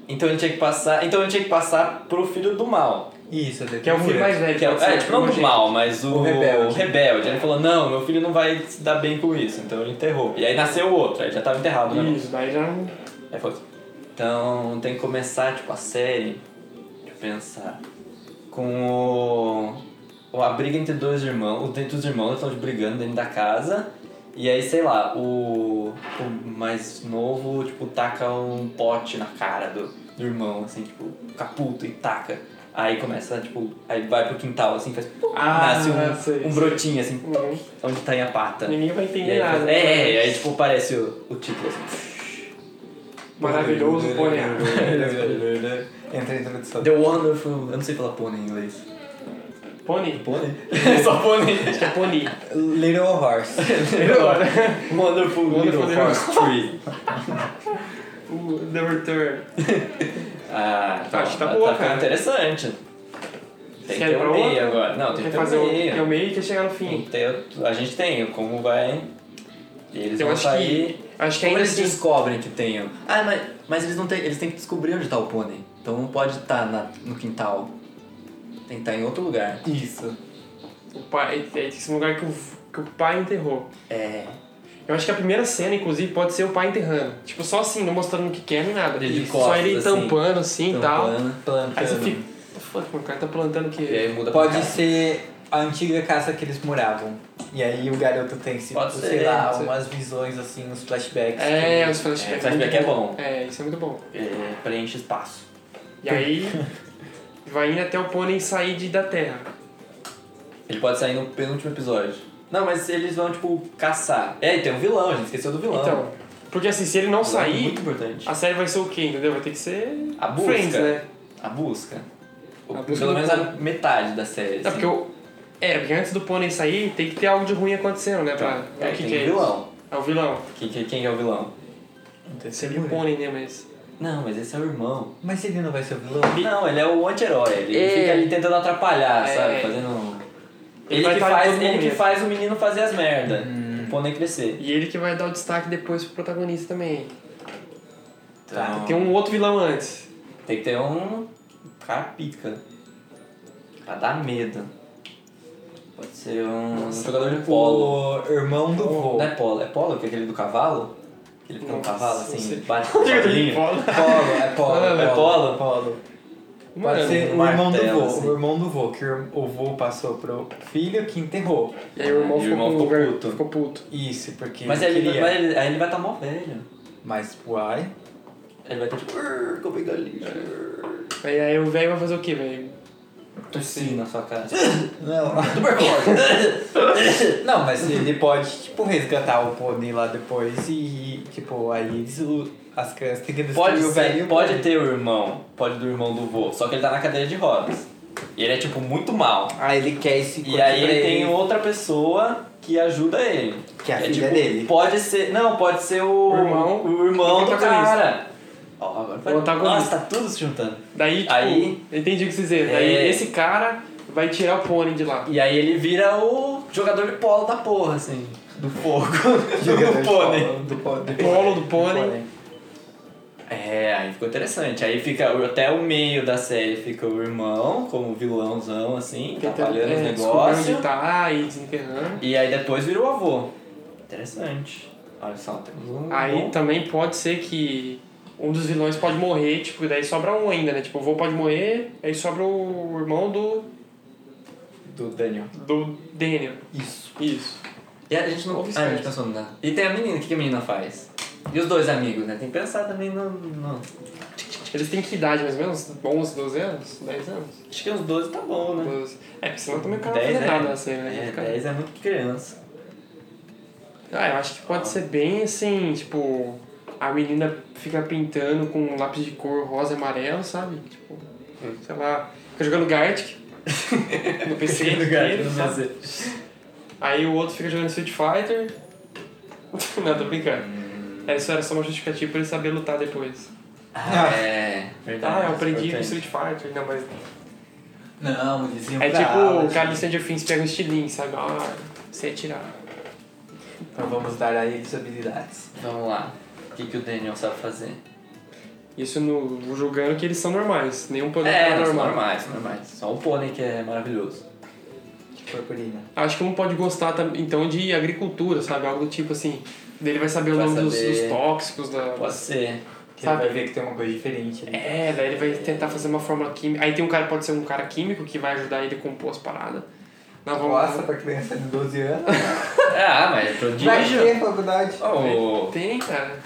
S1: Então ele tinha que passar... Então ele tinha que passar pro filho do mal.
S3: Isso, Detrimura.
S2: Que é o filho mais velho.
S1: Que é, o-
S2: pode ser,
S1: é, tipo, não do
S2: primogênito.
S1: mal, mas o,
S3: O rebelde.
S1: o rebelde. Ele falou, não, meu filho não vai se dar bem com isso. Então ele enterrou. E aí nasceu o outro. Aí já tava enterrado, né?
S2: Isso, daí já um não.
S1: É foda. Então tem que começar tipo a série, deixa eu pensar, com o, o a briga entre dois irmãos, entre os irmãos eles estão brigando dentro da casa. E aí, sei lá, o, o mais novo, tipo, taca um pote na cara do, do irmão, assim, tipo, caputo e taca. Aí começa, tipo, aí vai pro quintal, assim, faz...
S2: Ah,
S1: nasce um,
S2: sei,
S1: um
S2: sei.
S1: brotinho, assim,
S2: Uhum.
S1: onde tá em a pata.
S2: Ninguém vai
S1: E
S2: entender
S1: aí,
S2: nada.
S1: é,
S2: né?
S1: é, e aí, tipo, parece o, o título, assim.
S2: Maravilhoso pônei.
S3: Entra a introdução.
S1: The Wonderful. Eu não sei falar pônei em inglês.
S2: Pônei?
S1: Pônei? Só pônei.
S2: Acho que é pônei.
S3: Little Horse.
S1: Wonderful,
S2: Wonderful
S1: Little
S2: Little
S1: Horse Tree.
S2: O The Return.
S1: Ah,
S2: Acho que tá boa,
S1: ficando
S2: cara.
S1: interessante. Tem que
S2: Quer ir
S1: ter
S2: pra
S1: um meio
S2: outra?
S1: agora. Não, tem que
S2: Quer
S1: ter um
S2: fazer o
S1: meio.
S2: é o meio e quer chegar no
S1: Tem
S2: fim.
S1: que ter- A gente tem como vai... E eles
S2: Então, Eu
S1: vão
S2: acho
S1: sair...
S2: que. Acho que
S1: Como
S2: ainda
S1: eles
S2: assim.
S1: descobrem que tem... Ah, mas, mas eles não têm... Eles têm que descobrir onde tá o pônei. Então não pode estar no quintal. Tem que estar em outro lugar.
S3: Isso.
S2: O pai. É esse lugar que o, que o pai enterrou.
S1: É...
S2: Eu acho que a primeira cena, inclusive, pode ser o pai enterrando. Tipo, só assim, não mostrando o que quer nem nada.
S1: Ele de
S2: Isso.
S1: costas,
S2: só ele
S1: assim.
S2: tampando assim e tal.
S1: tampando.
S2: Aí você
S3: Plantando.
S2: fica. What the fuck, mano, o cara tá plantando o
S1: E
S2: quê?
S1: aí muda pra
S3: Pode
S1: cá.
S3: ser a antiga casa que eles moravam. E aí o garoto tem, tipo,
S1: Pode
S3: sei
S1: ser,
S3: lá,
S2: pode ser.
S3: umas visões assim, uns flashbacks.
S2: É,
S3: que-
S2: os flashbacks.
S1: É, flashback é bom.
S2: É, isso é muito bom.
S1: É, preenche espaço.
S2: E aí, vai indo até o pônei sair de, da terra.
S1: Ele pode sair no penúltimo episódio. Não, mas eles vão, tipo, caçar. É, e tem um vilão, a gente esqueceu do vilão.
S2: Então, porque assim, se ele não
S1: O vilão é
S2: sair,
S1: Muito importante.
S2: a série vai ser o quê, entendeu? Vai ter que ser
S1: A busca.
S2: Friends, né?
S1: A busca. O-
S2: A busca
S1: Pelo
S2: do
S1: menos
S2: pônei.
S1: a metade da série.
S2: É,
S1: assim.
S2: porque eu... É, porque antes do pônei sair, tem que ter algo de ruim acontecendo, né? Pra...
S1: É,
S2: o que
S1: tem
S2: que é
S1: um
S2: isso?
S1: vilão. é
S2: É o vilão.
S1: Quem, quem, quem é o vilão?
S3: Não tem
S2: Seria o
S3: seguro.
S2: pônei, né? Mas...
S1: Não, mas esse é o irmão.
S3: Mas ele não vai ser o vilão?
S1: Não, ele é o anti-herói. Ele
S2: É.
S1: fica ali tentando atrapalhar,
S2: É.
S1: sabe? Fazendo. um-
S2: Ele
S1: Ele,
S2: vai
S1: que,
S2: estar em
S1: faz,
S2: todo
S1: ele que
S2: momento. Hum.
S1: faz o menino fazer as merdas. O pônei crescer.
S2: E ele que vai dar o destaque depois pro protagonista também.
S1: Então,
S2: Tem um outro vilão antes.
S1: Tem que ter um cara pica. Pra dar medo. Pode ser um jogador de polo.
S3: O irmão do vô.
S1: Não é polo, é polo, que é aquele do cavalo? Que ele fica no
S2: Nossa,
S1: cavalo
S2: não
S1: assim,
S2: sei.
S1: bate com o cavalinho.
S2: Polo.
S3: Polo, é polo.
S2: Ah,
S1: é polo?
S3: Polo.
S2: Mano,
S3: Pode ser
S1: um
S3: o irmão do
S1: martelo,
S3: vô.
S1: assim.
S3: O irmão do vô, que o vô passou pro filho que enterrou.
S2: E aí o irmão,
S1: E o irmão
S2: ficou,
S1: ficou
S2: com-
S1: puto.
S2: Ficou puto.
S3: Isso, porque
S1: Mas
S3: ele
S1: aí ele,
S3: queria.
S1: vai, ele- aí ele vai estar mó velho.
S3: Mas uai.
S1: Ele vai estar tipo, "Arr, como é que é lixo?
S2: Aí, aí o velho vai fazer o quê, velho?
S1: Tossi na sua cara.
S3: Não.
S1: Tuberculose.
S3: Não, mas ele pode, tipo, resgatar o pônei lá depois e, tipo, aí eles, o- as crianças têm que destruir
S1: Pode,
S3: o
S1: ser,
S3: velho.
S1: pode ter o irmão, pode do irmão do vô, só que ele tá na cadeira de rodas. E ele é tipo muito mal.
S3: Ah, ele quer esse
S1: E
S3: corpo
S1: aí
S3: pra
S1: ele tem outra pessoa que ajuda ele. tipo,
S3: Que é a filha dele.
S1: Pode ser. Não, pode ser o.
S2: O irmão.
S1: O irmão
S2: O
S1: do
S2: protagonista.
S1: cara. Ó, agora vai-
S2: antagonista.
S1: Nossa, tá tudo se juntando.
S2: Daí, tipo,
S1: Aí-
S2: entendi o que vocês dizem. Daí
S1: É. Tá
S2: esse cara vai tirar o pônei de lá.
S1: E aí ele vira o jogador de polo da porra, assim. Do fogo.
S3: Jogador
S1: do
S3: de
S1: pônei.
S3: polo, Do pônei.
S2: Polo do pônei.
S1: É, aí ficou interessante. Aí fica o- até o meio da série fica o irmão, como vilãozão, assim, trabalhando os
S2: é, descobrindo
S1: negócios.
S2: onde tá e desenterrando.
S1: E aí depois vira o avô. Interessante. Olha só, temos um.
S2: Aí
S1: bom-
S2: também pode ser que um dos vilões pode morrer, tipo, daí sobra um ainda, né? Tipo, o vô pode morrer, aí sobra o irmão do,
S3: Do Daniel.
S2: do Daniel.
S3: Isso.
S2: Isso.
S1: E a gente não.
S2: Ou
S1: Ah, a gente pensou na. E tem a menina, o que que a menina faz? E os dois amigos, né? Tem que pensar também no. no-
S2: Eles têm que idade mais ou menos? 11, 12 anos? 10 anos?
S1: Acho que uns 12 tá bom, né?
S2: 12. É, porque senão também o cara não vai
S1: 10
S2: fazer
S1: é,
S2: nada assim, né?
S1: é,
S2: Fica-
S1: 10 é muito criança.
S2: Ah, eu acho que pode ser bem assim, tipo, a menina fica pintando com um lápis de cor rosa e amarelo, sabe? Tipo, sei lá, fica jogando Gartic no PC.
S1: Fica no gato,
S2: dele,
S1: no
S2: sabe?
S1: desenho.
S2: Aí o outro fica jogando Street Fighter. Não, tô brincando. Isso era só uma justificativa pra ele saber lutar depois.
S1: Ah, é. Verdade.
S2: Ah, eu aprendi com
S1: importante.
S2: Street Fighter. Não, mas.
S3: Não, eles iam
S2: É
S3: pra
S2: tipo
S3: aula,
S2: o cara do
S3: gente.
S2: Stranger Things pega um estilinho, sabe? Ah, você atirar.
S3: Então vamos dar a eles habilidades.
S1: Vamos lá. O que, que o Daniel sabe fazer?
S2: Isso no, julgando que eles são normais. Nenhum poder
S1: é,
S2: é
S1: não,
S2: normal. Tá
S1: normais, normais. Só o pônei que é maravilhoso.
S3: Purpurina.
S2: Acho que um pode gostar tam- então de agricultura, sabe? Algo do tipo assim. Dele vai saber o
S1: Vai
S2: nome dos,
S1: saber.
S2: dos tóxicos, da.
S1: Pode ser.
S3: Que
S2: Sabe?
S3: Ele vai ver que tem uma coisa diferente ali.
S2: É, daí ele vai tentar fazer uma fórmula química. Aí tem um cara, pode ser um cara químico que vai ajudar ele a compor as paradas. Na
S3: Nossa,
S2: vamos
S3: pra criança de 12 anos.
S1: Ah, mas pro
S3: Pra
S1: dia.
S3: que faculdade?
S1: Oh,
S2: Tem, cara.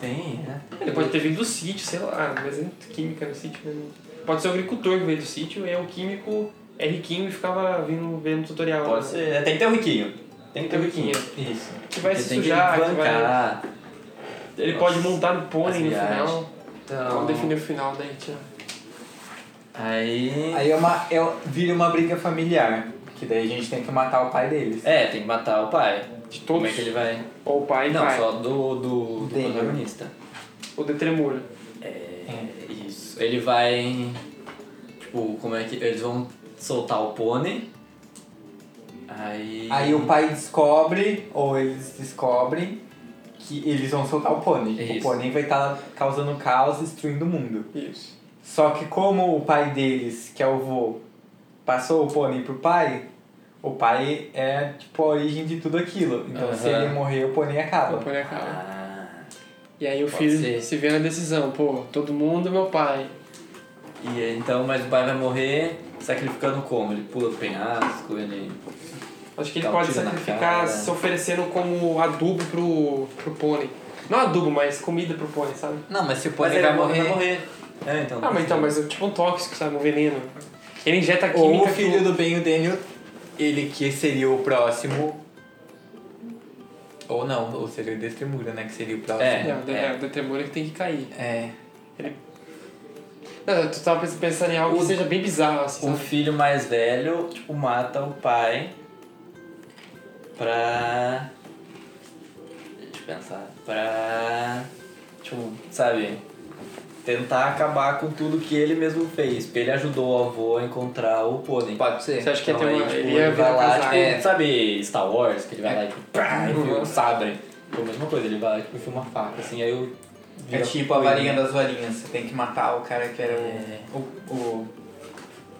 S1: tem, né?
S2: Ele pode ter vindo do sítio, sei lá, mas é química no sítio mesmo. Pode ser o agricultor que veio do sítio, e é o químico, é riquinho e ficava vindo vendo tutorial.
S1: Pode
S2: né?
S1: ser. É, Tem que ter o riquinho. Tem que ter o riquinho.
S3: Isso.
S2: Que vai
S1: Porque
S2: se
S1: tem que
S2: sujar, que vai...
S1: bancar.
S2: Ele
S1: Nossa.
S2: pode montar no pônei no
S1: Asiático.
S2: final.
S1: Então,
S2: Vamos definir o final daí, tia.
S1: Aí.
S3: Aí é uma, é, vira uma briga familiar. Que daí a gente tem que matar o pai deles.
S1: É, tem que matar o pai.
S2: De
S1: Como
S2: todos.
S1: é que ele vai.
S2: Ou o pai
S1: Não,
S2: vai.
S1: só do, do, do
S3: Daniel.
S1: protagonista.
S2: O de tremura.
S1: É, isso. Ele vai. Tipo, como é que. Eles vão soltar o pônei. Aí.
S3: Aí o pai descobre, ou eles descobrem, que eles vão soltar o pônei. O
S1: Isso.
S3: pônei vai estar causando caos, destruindo o mundo.
S2: Isso.
S3: Só que como o pai deles, que é o vô, passou o pônei pro pai, o pai é tipo a origem de tudo aquilo. Então se
S1: Aham.
S3: ele morrer, o pônei
S2: O
S3: acaba.
S2: pônei acaba.
S1: Ah.
S2: E aí o
S1: Pode
S2: filho
S1: ser.
S2: se vê na decisão, pô, todo mundo é meu pai.
S1: E então, mas o pai vai morrer sacrificando como? Ele pula do penhasco, ele.
S2: Acho que ele
S1: Dá um
S2: pode
S1: tiro na
S2: sacrificar
S1: cara.
S2: se oferecendo como adubo pro, pro pônei. Não adubo, mas comida pro pônei, sabe?
S3: Não, mas se o
S1: Mas
S3: pônei
S1: ele
S3: vai
S1: vai morrer.
S3: morrer.
S1: É, então.
S2: Ah, mas então, mas é tipo um tóxico, sabe? Um veneno. Ele injeta química.
S3: Ou o
S2: pro-
S3: filho do Ben, o Daniel, ele que seria o próximo. Ou não, ou seria o Destemura, né? Que seria o próximo.
S1: É.
S2: Não, é, o Detemura que tem que cair.
S3: É.
S2: Não, tu tava pensando em algo que
S1: O-
S2: seja bem bizarro, assim,
S1: O
S2: sabe?
S1: Um filho mais velho, tipo, mata o pai pra. Deixa eu pensar. Pra. Tipo, sabe? Tentar acabar com tudo que ele mesmo fez. Porque ele ajudou o avô a encontrar o Pônei.
S3: Pode ser.
S2: Você acha que ia ter
S1: Então,
S2: uma...
S1: aí, tipo,
S2: ele ia virar
S1: vai lá,
S2: casaca.
S1: tipo, sabe Star Wars, que ele vai lá e tipo, pá, e enfia
S2: Uhum.
S1: um sabre. Foi a mesma coisa, ele vai lá tipo, enfia uma faca, assim, aí eu...
S3: É tipo a varinha das varinhas. Você tem que matar o cara que era
S2: É.
S3: o. o,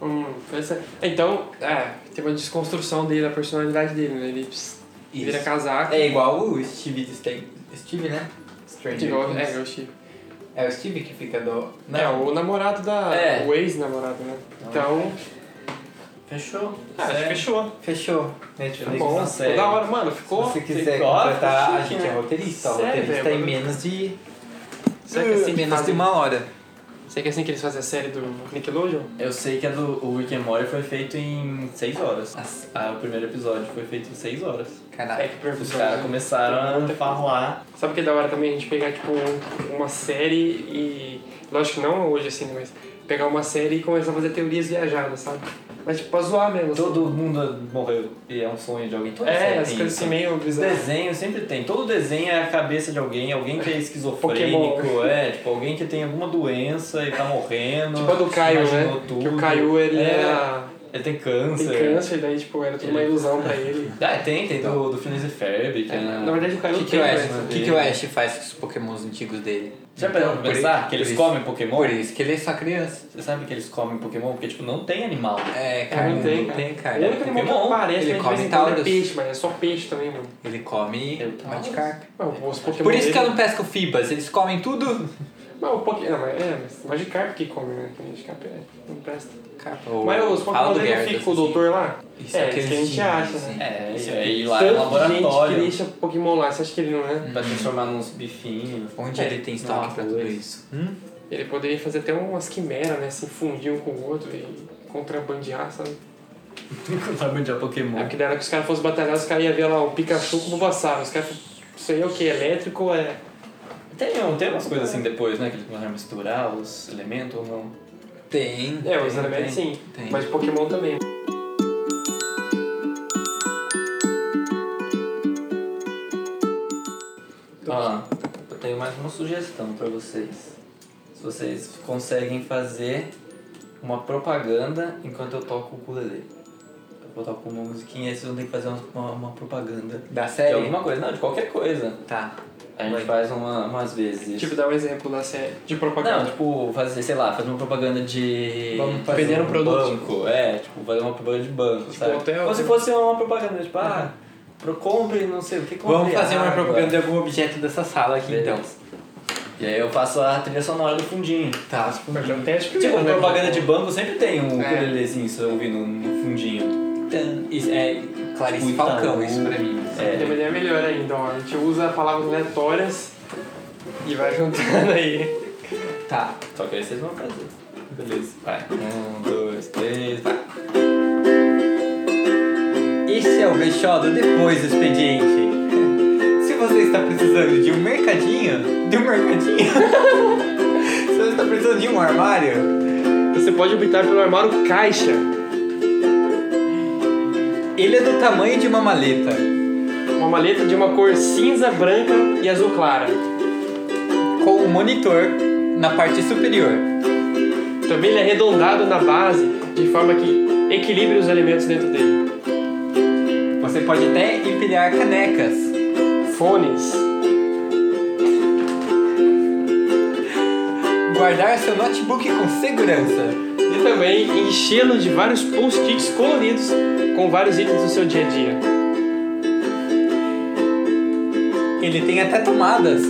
S3: o...
S2: Hum, essa- Então, é, tem uma desconstrução dele, da personalidade dele, né? Ele pss, vira
S3: Isso.
S2: casaca.
S3: É igual o Steve de Stan- Steve, né? Stranger
S2: igual,
S3: Things.
S2: é, eu achei.
S3: É o Steve que fica do. Não,
S2: É, o namorado da...
S1: É.
S2: O ex-namorado, né? Então,
S1: Fechou.
S2: ah, acho que
S1: Sério.
S2: fechou. Tá
S3: fechou. Netflix.
S2: Bom,
S3: nossa,
S2: ficou
S1: série.
S2: da hora, mano.
S3: Se
S2: Ficou...
S3: você quiser
S1: Ficou
S3: completar, a
S1: chique,
S3: gente é
S1: né?
S3: roteirista. O
S2: Sério,
S3: roteirista tá
S2: velho,
S3: em
S2: mas-
S3: menos de.
S2: Será
S3: é
S2: que assim que
S3: menos de
S2: fazem-
S3: uma hora.
S2: Será que é assim que eles fazem a série do Nickelodeon?
S1: Eu sei que a do o Rick and Morty foi feito em 6 horas. Ah, o primeiro episódio foi feito em 6 horas.
S3: Caralho.
S2: que
S1: Os caras começaram a farroar.
S2: Sabe o que é da hora também a gente pegar, tipo, um- uma série e. Lógico que não hoje assim, mas pegar uma série e começar a fazer teorias viajadas, sabe? Mas tipo, pra zoar mesmo. assim.
S1: Todo mundo morreu e é um sonho de alguém. Toda série
S2: É, as
S1: tem
S2: coisas
S1: isso.
S2: assim meio
S1: Os
S2: bizarras.
S1: desenhos sempre tem. Todo desenho é a cabeça de alguém, alguém que é esquizofrênico,
S2: Pokémon.
S1: é, tipo, alguém que tem alguma doença e tá morrendo.
S2: Tipo a do Caio,
S1: imaginou
S2: né?
S1: Tudo.
S2: Que o Caio ele
S1: É,
S2: era.
S1: Ele tem
S2: Tem
S1: câncer.
S2: câncer, daí, tipo, era tudo uma ilusão pra ele.
S1: Ah, tem, tem do, do Phineas e Ferb, que é.
S2: Na verdade, o Caio
S3: O que,
S2: não
S3: que,
S2: tem
S3: o
S2: doença.
S3: Ash, que, que o Ash faz com os pokémons antigos dele?
S1: Já
S3: Então,
S2: então,
S1: parou pra
S3: Por
S1: pensar
S3: isso-
S1: que
S3: por
S1: eles
S3: isso-
S1: comem Pokémon?
S3: Por isso que ele é só criança.
S1: Você sabe que eles comem Pokémon? Porque, tipo, não tem animal.
S3: É,
S2: Cara,
S3: cara.
S2: não tem, cara.
S3: tem,
S2: O
S3: cara. é
S2: único animal que
S1: Pokémon,
S2: aparece
S3: ele
S2: né, de
S3: come
S2: vez em quando é
S3: Taurus.
S2: peixe, mas é só peixe também, mano.
S3: Ele come
S1: Eu-
S3: Magikarp.
S2: Mas os Pokémon
S3: Por isso que eu
S2: dele-
S3: não pesco fibas, eles comem tudo.
S2: é Mas o Pokémon. Não, mas é, mas Magikarp que come, né? Magikarp é. Não presta.
S3: Cara, o-
S2: Mas os
S3: fala
S2: Pokémon
S3: do
S2: dele não
S3: Gyarados,
S2: é fica com o
S3: assim.
S2: doutor lá?
S3: Isso
S2: é,
S3: o que
S2: isso que a
S3: eles
S2: gente
S3: dizem,
S2: acha, né?
S3: assim.
S1: É, e
S3: Isso aqui.
S1: aí lá é
S2: Tanto
S1: um laboratório
S2: gente que deixa Pokémon lá, você acha que ele não é?
S1: pra transformar nos bifinhos.
S3: Onde ele tem estoque
S1: Nossa,
S3: pra tudo
S1: dois.
S3: isso?
S2: Ele poderia fazer até umas quimeras, né? Se fundir um com o outro e contrabandear, sabe?
S1: Contrabandear Pokémon.
S3: Né?
S2: É porque daí na hora que os caras fossem batalhar, os caras iam ver lá o Pikachu com o Bulbasaur. Os caras falam, isso aí é o que? Elétrico ou é...
S1: Tem, um- tem umas coisas assim depois, né? Que eles começaram a misturar os elementos ou não.
S3: Tem.
S2: É, os elementos sim.
S3: tem.
S2: Mas Pokémon também. Então,
S1: Ó, eu tenho mais uma sugestão pra vocês. Se vocês conseguem fazer uma propaganda enquanto eu toco o ukulele. Eu vou tocar uma musiquinha e vocês vão ter que fazer uma, uma propaganda.
S3: Da
S1: De
S3: série?
S1: alguma coisa, não, de qualquer coisa.
S3: Tá.
S1: A gente
S3: Vai.
S1: faz uma, umas vezes isso.
S2: Tipo, dá um exemplo da série de
S1: Não,
S2: propaganda.
S1: tipo, fazer, sei lá, fazer uma propaganda de.
S3: Vamos
S2: fazer
S1: Vender
S2: um produto.
S1: Banco. É, tipo, fazer uma propaganda de banco,
S2: Tipo,
S1: sabe?
S2: hotel.
S1: Como se fosse uma propaganda, tipo, ah, pro, compre, não sei o que compre.
S3: Vamos fazer
S2: Ah,
S3: uma
S1: água.
S3: propaganda de algum objeto dessa sala aqui
S1: Beleza.
S3: então.
S1: E aí eu faço a trilha sonora do fundinho.
S3: Tá.
S2: Já teste
S1: Tipo,
S2: primeiro, né?
S1: propaganda de banco sempre tem um
S2: É.
S1: ukulelezinho você ouvindo no fundinho.
S3: Isso é Clarice
S1: Tipo,
S3: Falcão,
S1: Itaú.
S3: isso pra mim.
S2: Tem uma
S1: É.
S2: ideia melhor ainda, ó. A gente usa palavras aleatórias e vai juntando aí.
S3: Tá.
S1: Só que aí vocês vão fazer. Beleza. Vai. Um, dois, três, vai.
S3: Esse é o brechó do Depois do Expediente. Se você está precisando de um mercadinho, de um mercadinho. Se você está precisando de um armário,
S2: Você pode optar pelo armário caixa.
S3: ele é do tamanho de uma maleta.
S2: Uma maleta de uma cor cinza, branca e azul clara.
S3: com um monitor na parte superior.
S2: Também ele é arredondado na base, de forma que equilibre os elementos dentro dele.
S3: Você pode até empilhar canecas.
S2: Fones.
S3: Guardar seu notebook com segurança.
S2: E também enchê-lo de vários post-its coloridos com vários itens do seu dia a dia.
S3: Ele tem até tomadas.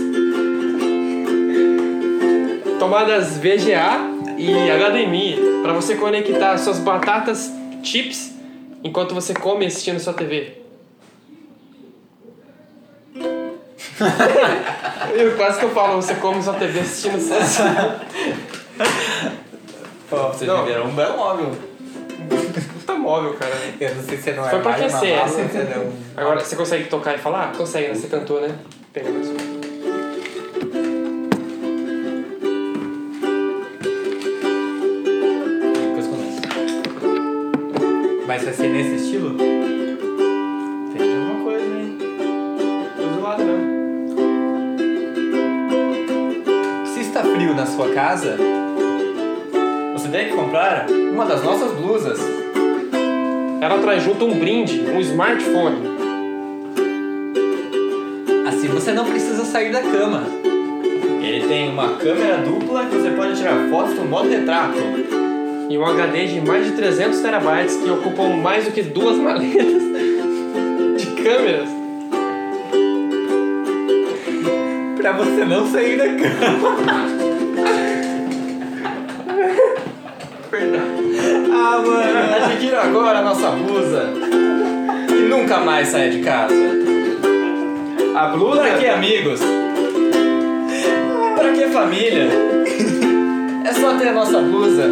S2: Tomadas VGA e HDMI para você conectar suas batatas chips enquanto você come assistindo sua TV. Eu quase que eu falo, você come sua TV assistindo só.
S1: Pô, vocês
S2: Não.
S1: viveram um belo móvel.
S2: Puta móvel, cara.
S3: Eu não sei se é no
S2: Foi pra
S3: armário,
S2: aquecer
S3: uma mala,
S2: essa.
S3: se é no-
S2: Agora, você consegue tocar e falar? Consegue, né? Você cantou, né? Pega mais um.
S3: Depois começa. Mas vai ser nesse estilo?
S1: Tem alguma coisa, hein?
S2: Tô zoado, né?
S3: Se está frio na sua casa,
S1: Você tem que comprar uma das nossas blusas.
S2: Ela traz junto um brinde, um smartphone.
S3: assim você não precisa sair da cama.
S1: Ele tem uma câmera dupla que você pode tirar fotos no modo retrato.
S2: E um HD de mais de 300 terabytes que ocupam mais do que duas maletas de câmeras.
S3: Pra você não sair da cama. ah, mano.
S1: Adquira agora a nossa blusa e nunca mais saia de casa. A blusa pra que amigos? Pra que família? É só ter a nossa blusa.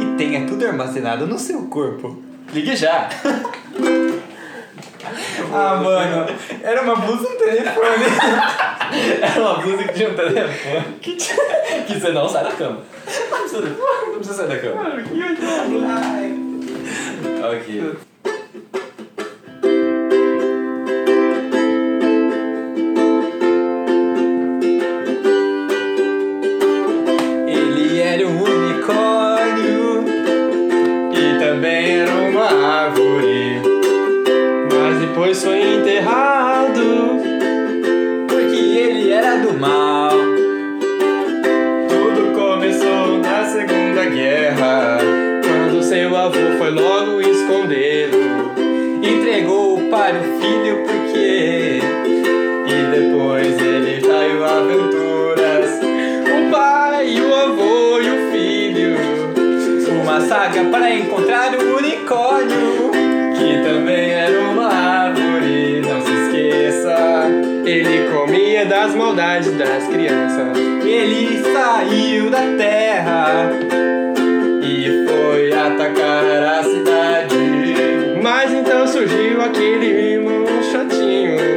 S3: E tenha tudo armazenado no seu corpo.
S1: Ligue já.
S3: Ah, mano. Era uma blusa e um telefone.
S1: Era uma blusa que tinha um telefone que, tinha- que você não sai da cama. Não precisa, não precisa sair da cama. Ok.
S3: Ele era um unicórnio.
S1: E também era uma árvore.
S2: Mas depois foi enterrado.
S3: Porque ele era do mal.
S1: Tudo começou na Segunda Guerra.
S2: Quando seu avô foi logo escondê-lo.
S3: Entregou para o filho porque.
S1: E depois ele saiu aventuras.
S2: O pai, o avô e o filho.
S3: Uma saga para encontrar um unicórnio.
S1: Que também era uma árvore, não se esqueça.
S2: Ele comia das maldades das crianças.
S3: Ele saiu da terra.
S1: E foi atacar a cidade.
S2: Mas então surgiu aquele irmão chatinho.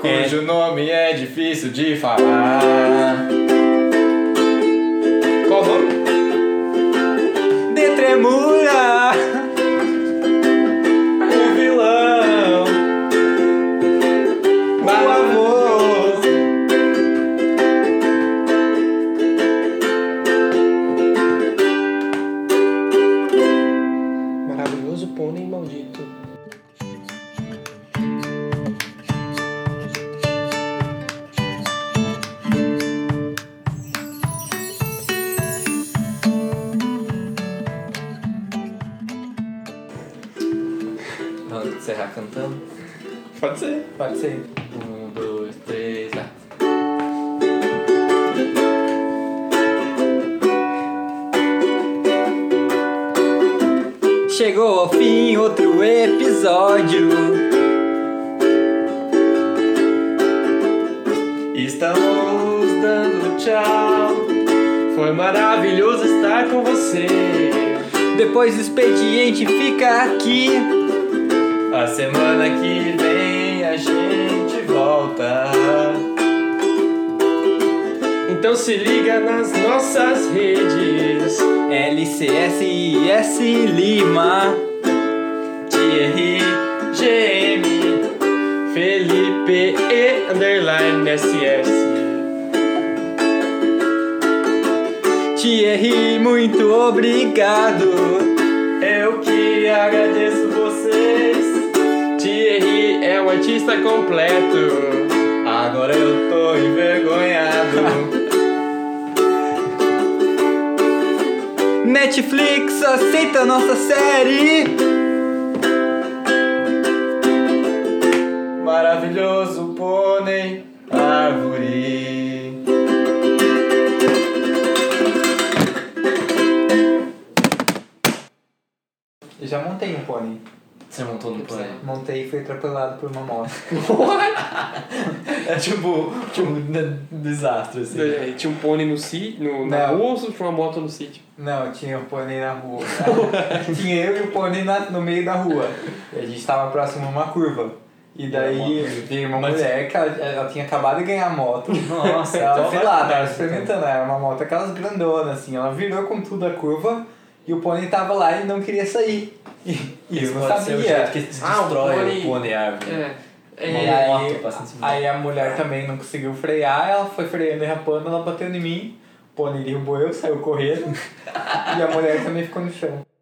S1: Cujo nome é difícil de falar.
S2: Qual o nome?
S3: De tremura.
S1: O vilão.
S3: O amor.
S2: Maravilhoso pônei maldito.
S3: Vamos encerrar cantando.
S2: Pode ser.
S3: Pode ser. Um, dois, três, lá. Chegou ao fim outro episódio.
S1: Estamos dando tchau.
S2: Foi maravilhoso estar com você.
S3: Depois do expediente fica aqui.
S1: A semana que vem a gente volta.
S2: Então se liga nas nossas redes.
S3: LCSIS Lima.
S1: Thierry, GM,
S2: Felipe e underline SS.
S3: Thierry, muito obrigado.
S1: eu que agradeço vocês.
S2: Thierry é um artista completo.
S1: Agora eu tô envergonhado.
S3: Netflix aceita a nossa série.
S1: Maravilhoso pônei, árvore.
S3: Já montei. um pônei.
S1: Você montou no pônei.
S3: Montei e fui atropelado por uma moto.
S1: É tipo, tipo um de- desastre, assim.
S2: Daí Tinha um pônei no, si, no na
S3: Não.
S2: rua ou tinha uma moto no sítio?
S3: Não, tinha um pônei na rua. cara. tinha eu e o pônei na- no meio da rua. E a gente tava próximo a uma curva. E daí veio uma
S1: Mas-
S3: mulher que ela, ela tinha acabado de ganhar a moto.
S1: Nossa,
S3: Ela,
S1: então
S3: sei
S1: vai
S3: lá,
S1: atrás,
S3: tava
S1: então.
S3: experimentando, era uma moto aquelas grandonas, assim, ela virou com tudo a curva e o pônei tava lá e não queria sair. E, e
S1: Isso
S3: eu não
S1: pode ser o jeito
S3: sabia.
S1: que se
S2: Ah, o
S1: destrói
S2: pônei.
S1: o pônei árvore.
S2: É.
S3: E
S1: Uma
S2: É,
S3: aí,
S1: moto passando em cima
S3: aí a mulher também não conseguiu frear, ela foi freando e rapando, ela bateu em mim, o pônei derrubou eu, saiu correndo e a mulher também ficou no chão.